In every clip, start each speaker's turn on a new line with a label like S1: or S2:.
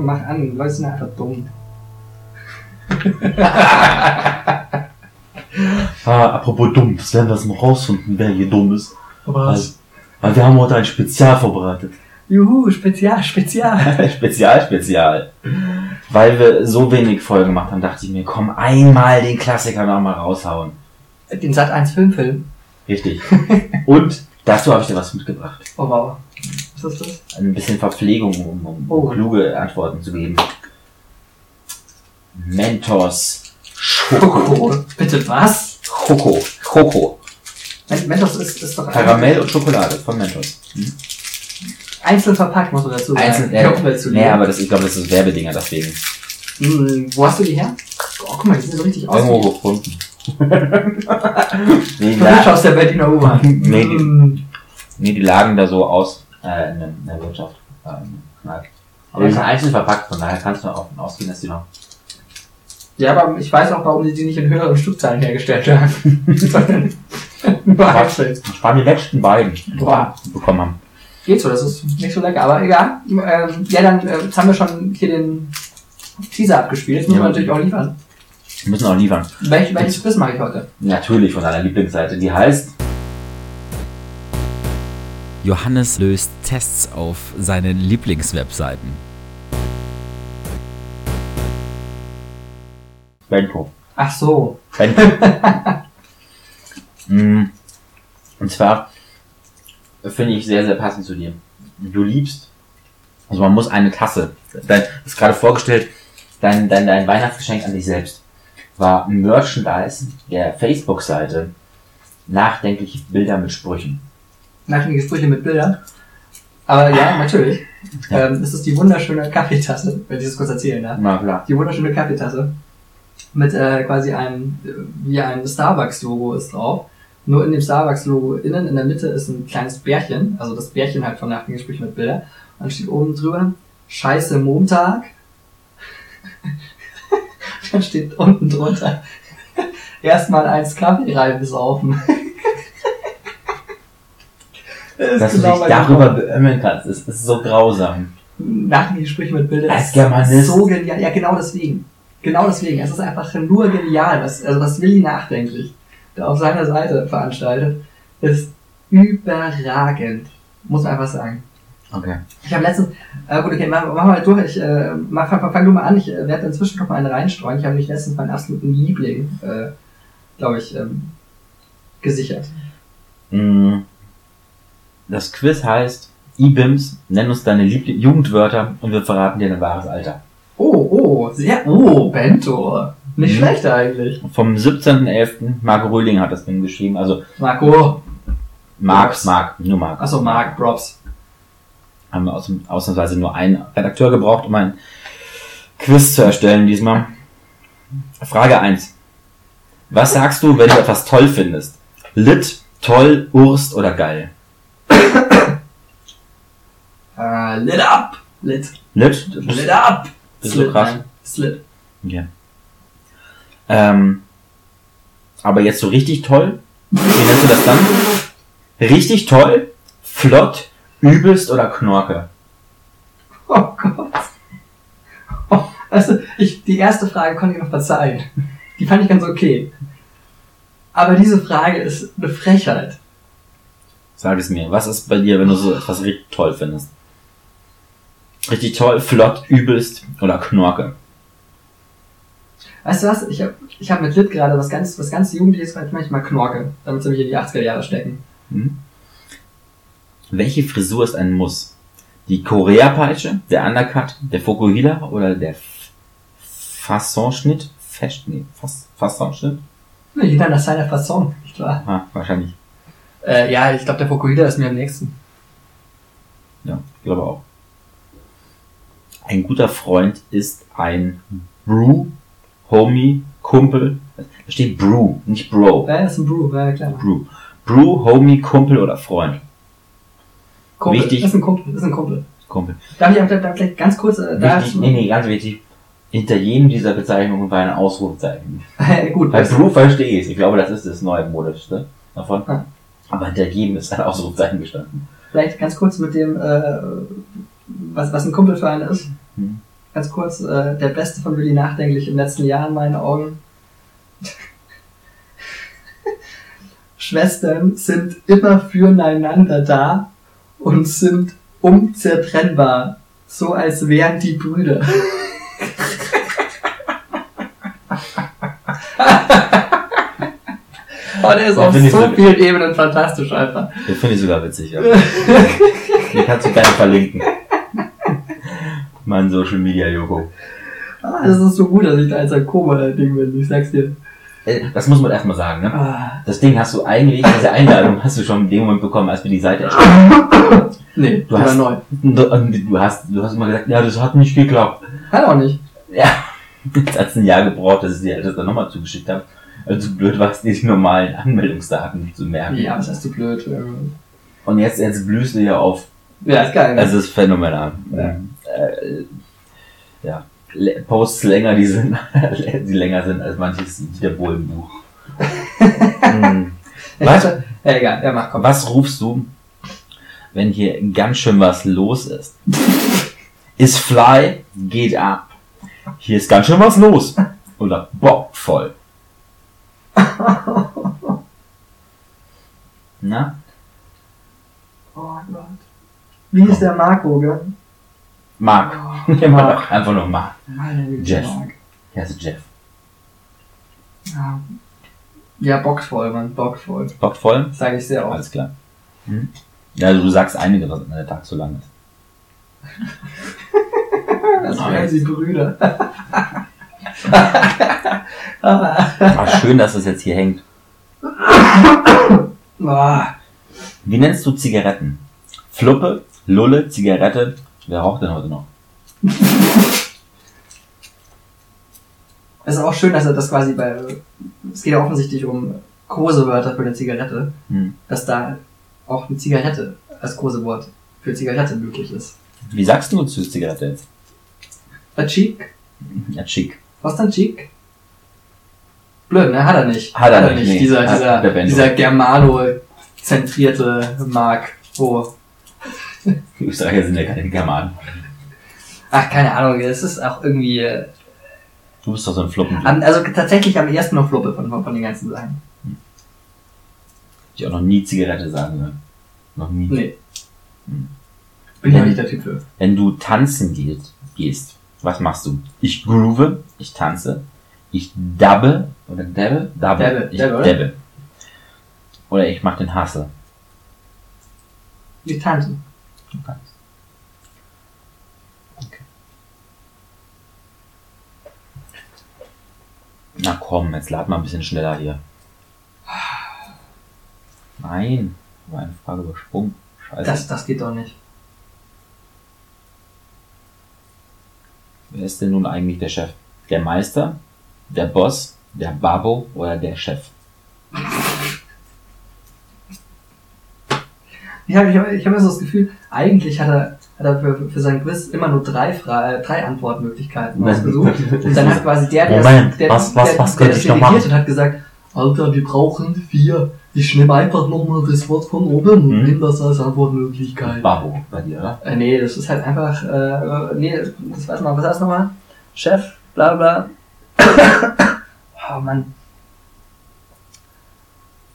S1: mach an, die Leute sind einfach dumm.
S2: Ah, apropos dumm, das werden wir jetzt noch rausfinden, wer hier dumm ist. Also.
S3: Was?
S2: Weil wir haben heute ein Spezial vorbereitet.
S1: Juhu, Spezial, Spezial.
S2: Spezial, Spezial. Weil wir so wenig Folgen gemacht haben, dachte ich mir, komm, einmal den Klassiker nochmal raushauen.
S1: Den Sat 1 Filmfilm.
S2: Richtig. Und dazu habe ich dir was mitgebracht.
S1: Oh wow. Was ist das?
S2: Ein bisschen Verpflegung, um, um
S1: Oh.
S2: kluge Antworten zu geben. Mentos Schoko.
S1: Coco. Oh, Bitte was?
S2: Schoko. Schoko.
S1: Men- Mentos ist, ist doch
S2: Karamell und Schokolade von Mentos. Hm?
S1: einzeln verpackt, muss man dazu sagen.
S2: Einzeln,
S1: Der Umwelt
S2: äh,
S1: zu
S2: nee,
S1: lieben.
S2: aber das, ich glaube, das ist Werbedinger deswegen.
S1: Hm, wo hast du die her? Oh, guck mal, die sind so richtig
S2: Irgendwo
S1: aus.
S2: gefunden. nee, die
S1: Frisch
S2: la-
S1: aus der Berliner U-Bahn.
S2: Nee, die-
S1: Hm.
S2: nee, die lagen da so aus äh, in, der- in der Wirtschaft. Äh, im Knall. aber die sind einzeln verpackt, von daher kannst du davon ausgehen, dass die noch.
S1: Ja, aber ich weiß auch, warum sie die nicht in höheren Stückzahlen hergestellt haben. Sondern nur einzeln.
S2: Das waren die letzten beiden, die
S1: Boah.
S2: wir bekommen haben.
S1: Geht so, das ist nicht so lecker, aber egal. Ähm, ja, dann äh, jetzt haben wir schon hier den Teaser abgespielt. Jetzt müssen
S2: Ja.
S1: wir natürlich auch liefern.
S2: Wir müssen auch liefern.
S1: Welch, welches Quiz mache ich heute?
S2: Natürlich von deiner Lieblingsseite, die heißt.
S4: Johannes löst Tests auf seinen Lieblingswebseiten.
S2: Benko.
S1: Ach so.
S2: Benko. Mm. Und zwar finde ich sehr, sehr passend zu dir. Du liebst, also man muss eine Tasse. Dein, das ist gerade vorgestellt, dein, dein, dein Weihnachtsgeschenk an dich selbst war ein Merchandise der Facebook-Seite. Nachdenkliche Bilder mit Sprüchen.
S1: Nachrichtige Sprüche mit Bildern. Aber ja, natürlich. Ähm, es ist die wunderschöne Kaffeetasse, wenn ich das kurz erzählen darf.
S2: Na klar.
S1: Die wunderschöne Kaffeetasse. Mit äh, quasi einem, äh, wie einem Starbucks-Logo ist drauf. Nur in dem Starbucks-Logo innen, in der Mitte ist ein kleines Bärchen, also das Bärchen halt von Nachgespräch mit Bilder. Und dann steht oben drüber, scheiße Montag. dann steht unten drunter, erstmal eins Kaffee rein besaufen. ist
S2: Dass
S1: genau
S2: du dich
S1: mein
S2: darüber beömmeln kannst, ist, ist so grausam.
S1: Nachrichtengespräch mit Bildern
S2: Als
S1: ist
S2: Germanist.
S1: so genial. Ja, genau deswegen. Genau deswegen. Es ist einfach nur genial, was, also was Willi nachdenklich da auf seiner Seite veranstaltet, ist überragend. Muss man einfach sagen.
S2: Okay.
S1: Ich habe letztens, äh, gut, okay, mach, mach mal durch. Ich, äh, mach, fang, fang du mal an. Ich äh, werde inzwischen noch mal einen reinstreuen. Ich habe mich letztens meinen absoluten Liebling, äh, glaube ich, ähm, gesichert.
S2: Mm. Das Quiz heißt IBIMS, nenn uns deine Liebli Jugendwörter und wir verraten dir dein wahres Alter.
S1: Oh, oh, sehr, oh, Bento. Nicht
S2: Mhm.
S1: schlecht eigentlich.
S2: Vom 17.11. Marco Röhling hat das Ding geschrieben, also
S1: Marco.
S2: Marc,
S1: Marx.
S2: Marc, nur Marc.
S1: Achso, Mark, Props.
S2: Haben wir aus, ausnahmsweise nur einen Redakteur gebraucht, um ein Quiz zu erstellen diesmal. Frage 1. Was sagst du, wenn du etwas toll findest? Lit, toll, Urst oder geil?
S1: Äh, lit up! Lit.
S2: Lit?
S1: Lit up!
S2: Bist du krass?
S1: nein. Slit.
S2: Ja. Ähm, aber jetzt so richtig toll? Wie nennst du das dann? Richtig toll, flott, übelst oder Knorke?
S1: Oh Gott. Oh, also, ich, die erste Frage konnte ich noch verzeihen. Die fand ich ganz okay. Aber diese Frage ist eine Frechheit.
S2: Sag es mir. Was ist bei dir, wenn du so etwas richtig toll findest? Richtig toll, flott, übelst oder Knorke?
S1: Weißt du was? Ich habe ich hab mit Lit gerade was ganz, was ganz Jugendliches, weil ich mal knorke, damit sie mich in die 80er Jahre stecken.
S2: Hm? Welche Frisur ist ein Muss? Die Korea-Peitsche, der Undercut, der Fokuhila oder der F- Fassonschnitt? Fest, nee, Fass, Fassonschnitt?
S1: Na, Jeder nach seiner Fasson, nicht wahr?
S2: Ah, wahrscheinlich.
S1: Äh, ja, ich glaube, der Fokuhida ist mir am nächsten.
S2: Ja, ich glaube auch. Ein guter Freund ist ein Brew, Homie, Kumpel. Da steht Brew, nicht Bro. Äh,
S1: Ja, Äh, ist ein Brew, ja klar.
S2: Brew. Brew, Homie, Kumpel oder Freund.
S1: Kumpel.
S2: Wichtig.
S1: Ist ein Kumpel, ist ein Kumpel.
S2: Kumpel.
S1: Darf ich auch da, da vielleicht ganz kurz... Äh, da
S2: Wichtig, nee, nee, ganz wichtig. Hinter jedem dieser Bezeichnungen war ein Ausrufezeichen.
S1: Gut,
S2: Bei
S1: das-
S2: Brew verstehe ich Ich glaube, das ist das neumodischste davon.
S1: Ja.
S2: Aber hinter jedem ist ein Ausrufezeichen gestanden.
S1: Vielleicht ganz kurz mit dem, äh, was, was ein Kumpel für einen ist.
S2: Hm.
S1: ganz kurz, äh, der beste von Willy Nachdenklich im letzten Jahr in meinen Augen. Schwestern sind immer füreinander da und sind unzertrennbar, so als wären die Brüder. oh, der ist
S2: Den
S1: auf
S2: find ich
S1: so
S2: so-
S1: vielen Ebenen fantastisch einfach.
S2: Den finde ich sogar witzig, ja. Den kannst du gerne verlinken. Mein Social Media Joko.
S1: Ah, das ist so gut, dass ich da als ein Koma-Ding bin, ich sag's dir.
S2: Äh, Das muss man erstmal sagen, ne?
S1: Ah,
S2: Das Ding hast du eigentlich, diese Einladung hast du schon in dem Moment bekommen, als wir die Seite erstellt haben.
S1: nee,
S2: Du hast-
S1: neu.
S2: Und Du hast, du hast immer gesagt, ja, das hat nicht geklappt.
S1: Hat auch nicht.
S2: Ja, jetzt hat es ein Jahr gebraucht, dass ich dir das dann nochmal zugeschickt habe. Also du blöd warst, die normalen Anmeldungsdaten zu merken.
S1: Ja, was hast du blöd? ähm.
S2: Und jetzt, jetzt blühst du ja auf.
S1: Ja, ist geil. ne?
S2: Es ist phänomenal.
S1: Ja.
S2: Äh, ja. Le- Posts länger, die sind, die länger sind als manches Wiederbohlenbuch. mhm.
S1: Ich
S2: Was?
S1: hatte- Ja, egal, ja, mach, komm.
S2: Was rufst du, wenn hier ganz schön was los ist? ist fly, geht ab. Hier ist ganz schön was los. Oder Bock voll. Na?
S1: Oh Gott. Wie ist der Marco, gell? Oh,
S2: Mark. Immer noch. Einfach nur Mark.
S1: Meine Güte,
S2: Jeff.
S1: Marc.
S2: Hier ist Jeff.
S1: Ja. Ja, bockvoll, Mann, bockvoll.
S2: Bock voll?
S1: Sag ich sehr oft.
S2: Alles klar. Hm? Ja, du sagst einige, was der Tag so lang ist.
S1: Das wären sie Brüder. ah,
S2: Aber schön, dass es jetzt hier hängt.
S1: ah,
S2: Wie nennst du Zigaretten? Fluppe, Lulle, Zigarette. Wer raucht denn heute noch?
S1: es ist auch schön, dass er das quasi bei. Es geht ja offensichtlich um Kosewörter für eine Zigarette,
S2: Hm.
S1: dass da auch eine Zigarette als Kosewort für Zigarette möglich ist.
S2: Wie sagst du zu Zigarette jetzt?
S1: Na, Cheek?
S2: Ja, schick.
S1: Was dann Cheek? Blöd, ne? Hat er nicht.
S2: Hat er nicht, nee.
S1: Dieser,
S2: Hat
S1: dieser,
S2: der Bendo.
S1: dieser Germano-zentrierte Mark. Oh.
S2: Die Österreicher sind ja keine Germanen.
S1: Ach, keine Ahnung, es ist auch irgendwie. äh,
S2: Du bist doch so ein Fluppen.
S1: Am, also tatsächlich am ersten noch Fluppe von, von den ganzen Sachen.
S2: Ich auch noch nie Zigarette sagen hören. Noch nie.
S1: Nee. Bin ja nicht der Typ für.
S2: Wenn du tanzen gehst, gehst, was machst du? Ich groove, ich tanze, ich dabbe, oder dabbe? Dabbe.
S1: Dabbe,
S2: ich
S1: dabbe, oder?
S2: dabbe. Oder ich mach den Hasse.
S1: Die Tanten.
S2: Du kannst. Okay. Na komm, jetzt lad mal ein bisschen schneller hier. Nein, war eine Frage übersprungen. Scheiße.
S1: Das, das geht doch nicht.
S2: Wer ist denn nun eigentlich der Chef? Der Meister, der Boss, der Babo oder der Chef?
S1: Ich habe ich hab, ich hab immer so das Gefühl, eigentlich hat er, hat er für, für sein Quiz immer nur drei, Fra äh, drei Antwortmöglichkeiten ausgesucht. Und dann hat quasi der, der
S2: Moment,
S1: der,
S2: was- was-
S1: der,
S2: was
S1: der
S2: könnte
S1: das
S2: ich noch
S1: delegiert
S2: machen?
S1: hat, hat gesagt, Alter, wir brauchen vier. Ich nehme einfach nochmal das Wort von oben und
S2: Mhm.
S1: nehme das als Antwortmöglichkeit.
S2: Babo bei dir, oder?
S1: Äh, nee, das ist halt einfach, äh, nee, das weiß man, was heißt nochmal? Chef, bla bla. oh Mann.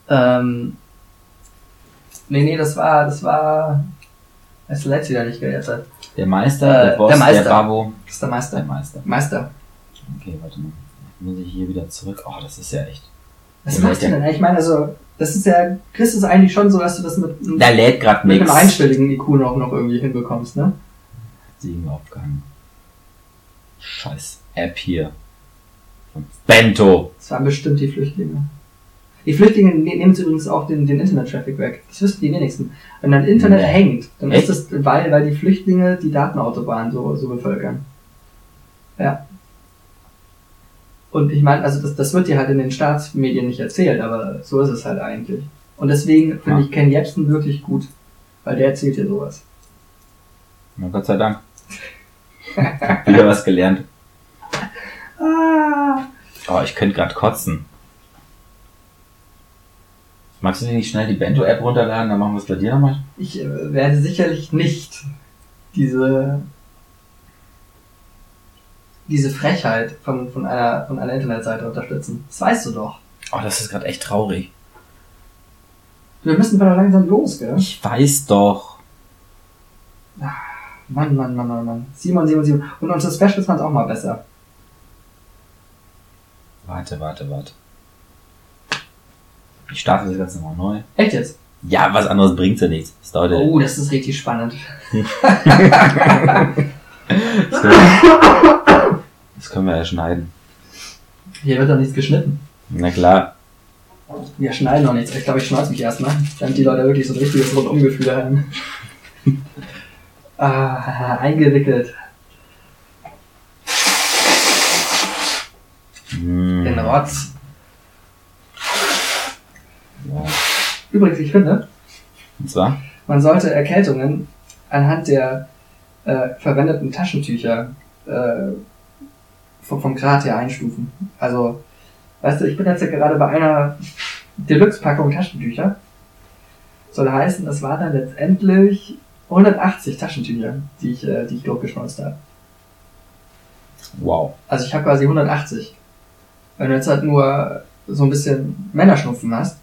S1: Ähm. Nee, nee, das war, das war, das letzte wieder nicht gelernt hat.
S2: Der Meister,
S1: Äh,
S2: der Boss,
S1: der
S2: der,
S1: Meister.
S2: Babo,
S1: Das ist der
S2: der
S1: Meister.
S2: Meister.
S1: Meister.
S2: Okay, warte mal. Muss ich hier wieder zurück? Oh, das ist ja echt.
S1: Was
S2: Der
S1: machst du
S2: Meister.
S1: denn? Ich meine, also, das ist ja, Chris ist eigentlich schon so, dass du das mit, mit
S2: Da lädt gerade
S1: einem
S2: nichts.
S1: einstelligen IQ noch, noch irgendwie hinbekommst, ne?
S2: Sieben aufgehangen. Scheiß App hier. Von Bento.
S1: Das waren bestimmt die Flüchtlinge. Die Flüchtlinge ne- nehmen jetzt übrigens auch den, den Internet-Traffic weg. Das wissen die wenigsten. Wenn dein Internet
S2: Nee.
S1: hängt, dann
S2: Echt?
S1: ist das, weil, weil die Flüchtlinge die Datenautobahn so, so bevölkern. Ja. Und ich meine, also das, das wird dir halt in den Staatsmedien nicht erzählt, aber so ist es halt eigentlich. Und deswegen finde
S2: Ja.
S1: ich Ken Jebsen wirklich gut, weil der erzählt dir sowas.
S2: Na Gott sei Dank. Hab wieder was gelernt.
S1: Ah.
S2: Oh, ich könnte gerade kotzen. Magst du dir nicht schnell die Bento-App runterladen? Dann machen wir es bei dir nochmal.
S1: Ich äh, werde sicherlich nicht diese diese Frechheit von, von, einer, von einer Internetseite unterstützen. Das weißt du doch.
S3: Oh, das ist gerade echt traurig.
S1: Wir müssen wieder langsam los, gell?
S3: Ich weiß doch.
S1: Mann, Mann, Mann, Mann, Mann. Simon, Simon, Simon. Und unsere Specials waren auch mal besser.
S2: Warte, warte, warte. Ich starte das Ganze mal neu.
S1: Echt jetzt?
S2: Ja, was anderes bringt's ja nichts. Das dauert ja.
S1: Oh, das ist richtig spannend.
S2: Das können- Das können wir ja schneiden.
S1: Hier wird doch nichts geschnitten.
S2: Na klar.
S1: Wir schneiden noch nichts. Ich glaube, ich schneide mich erstmal, damit die Leute wirklich so ein richtiges Rundumgefühl haben. ah, eingewickelt.
S2: Hm.
S1: In Rotz.
S2: Ja.
S1: Übrigens, ich finde,
S2: Und zwar?
S1: Man sollte Erkältungen anhand der äh, verwendeten Taschentücher äh, vom, vom Grad her einstufen. Also, weißt du, ich bin jetzt ja gerade bei einer Deluxe-Packung Taschentücher. Soll heißen, es waren dann letztendlich 180 Taschentücher, die ich, äh, die ich durchgeschmolzen habe.
S2: Wow.
S1: Also ich habe quasi 180. Wenn du jetzt halt nur so ein bisschen Männerschnupfen hast,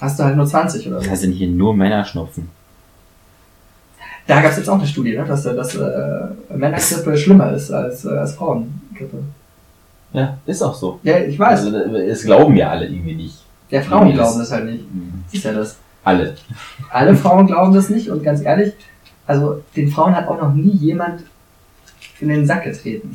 S1: hast du halt nur 20 oder so.
S2: Das heißt denn hier nur Männerschnupfen?
S1: Da gab es jetzt auch eine Studie, ne? dass, äh, dass äh, Männergrippe schlimmer ist als, äh, als Frauengrippe.
S2: Ja, ist auch so.
S1: Ja, ich weiß.
S2: Also, es glauben ja alle irgendwie nicht.
S1: ja, Frauen
S2: nee, das-
S1: glauben das halt nicht.
S2: Hm.
S1: Ist ja das.
S2: Alle.
S1: Alle Frauen glauben das nicht und ganz ehrlich, also den Frauen hat auch noch nie jemand in den Sack getreten.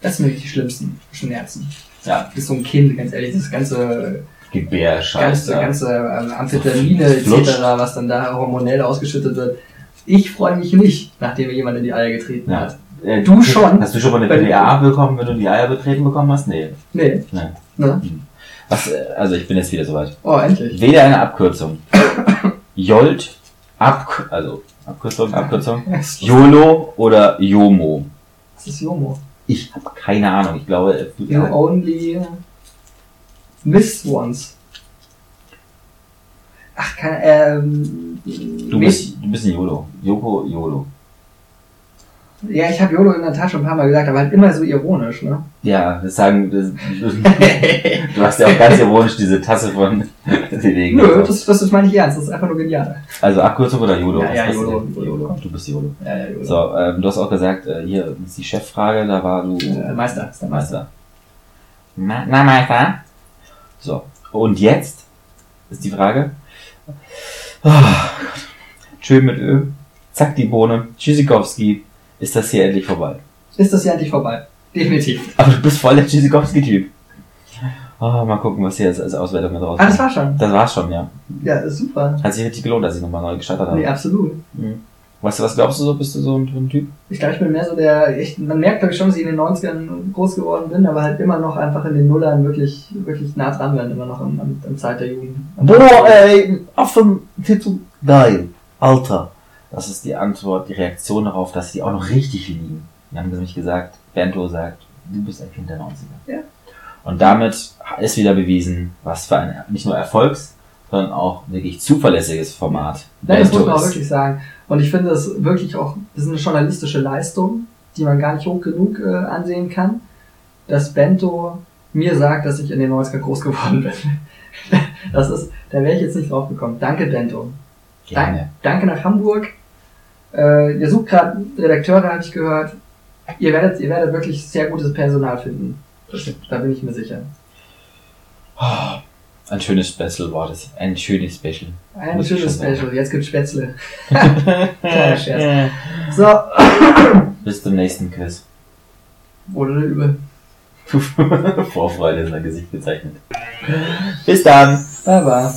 S1: Das sind wirklich die schlimmsten Schmerzen.
S2: Ja.
S1: Das ist so ein Kind, ganz ehrlich, das ganze, ganze,
S2: Gebärscheiße.
S1: ganze ähm, Amphetamine etc.,
S2: Flutscht.
S1: was dann da hormonell ausgeschüttet wird. Ich freue mich nicht, nachdem mir jemand in die Eier getreten
S2: Ja.
S1: hat.
S2: Äh,
S1: Du schon?
S2: Hast du schon mal eine
S1: Wenn-
S2: PDA bekommen, wenn du die Eier betreten bekommen hast? Nee.
S1: Nee.
S2: Nein.
S1: Ne?
S2: Was, äh, also ich bin jetzt wieder soweit.
S1: Oh, endlich.
S2: Weder eine Abkürzung. Jolt, Ab, also Abkürzung, Abkürzung. YOLO oder YOMO.
S1: Das ist Jomo.
S2: Ich habe keine Ahnung. Ich glaube, äh, du-
S1: You only miss once. Ach, keine, ähm.
S2: du,
S1: miss-
S2: bist, du bist ein YOLO. Joko, YOLO.
S1: Ja, ich habe YOLO in der Tasche ein paar Mal gesagt, aber halt immer so ironisch, ne?
S2: Ja, das sagen. Das, du hast ja auch ganz ironisch diese Tasse von Segen.
S1: Nö, das, das, das meine ich ernst, das ist einfach nur genial.
S2: also Abkürzung oder YOLO?
S1: Ja,
S2: Was
S1: ja,
S2: hast du
S1: YOLO.
S2: denn? YOLO. Du bist YOLO.
S1: Ja, ja, YOLO.
S2: So, ähm, du hast auch gesagt, äh, hier ist die Cheffrage, da war du
S1: Äh, Meister, ist der Meister.
S2: Meister. Na, na, Meister. So, und jetzt ist die Frage. Oh, Gott. Tschö mit Ö. Zack die Bohne. Tschüssikowski. Ist das hier endlich vorbei?
S1: Ist das ja endlich vorbei. Definitiv.
S2: Aber du bist voll der Tschüssikowski-Typ. Oh, mal gucken, was hier jetzt als Auswertung mit
S1: Ah, das
S2: rauskommt.
S1: war schon.
S2: Das war's schon, ja.
S1: Ja, ist super.
S2: Hat sich richtig gelohnt, dass ich nochmal neu gestartet habe.
S1: Nee, absolut.
S2: Mhm. Was, was glaubst du so? Bist du so ein, so ein Typ?
S1: Ich glaube, ich bin mehr so der, ich, man merkt glaube ich schon, dass ich in den 90ern groß geworden bin, aber halt immer noch einfach in den Nullern wirklich, wirklich nah dran bin, immer noch am- am- am Zeit der Jugend.
S2: Boah, ey, Affen, Titel, geil, Alter. Das ist die Antwort, die Reaktion darauf, dass sie auch noch richtig liegen. Die haben nämlich gesagt, Bento sagt, du bist ein Kind der 90er.
S1: Ja.
S2: Und damit ist wieder bewiesen, was für ein nicht nur Erfolgs, sondern auch wirklich zuverlässiges Format
S1: Nein, das muss
S2: Bento
S1: man auch
S2: ist.
S1: wirklich sagen. Und ich finde das wirklich auch, das ist eine journalistische Leistung, die man gar nicht hoch genug äh, ansehen kann, dass Bento mir sagt, dass ich in den 90ern groß geworden bin. Das ist, da wäre ich jetzt nicht drauf gekommen. Danke, Bento.
S2: Gerne.
S1: Danke nach Hamburg. Äh, ihr sucht gerade Redakteure, habe ich gehört. Ihr werdet, ihr werdet wirklich sehr gutes Personal finden. Da bin ich mir sicher.
S2: Oh, ein schönes Special war das. Ein schönes Special.
S1: Ein
S2: Muss ich
S1: schönes
S2: schon sagen.
S1: Special. Jetzt gibt's Spätzle. Kleiner Scherz. So,
S2: Bis zum nächsten Quiz.
S1: wurde übel.
S2: Vorfreude ist mein Gesicht gezeichnet. Bis dann.
S1: Baba.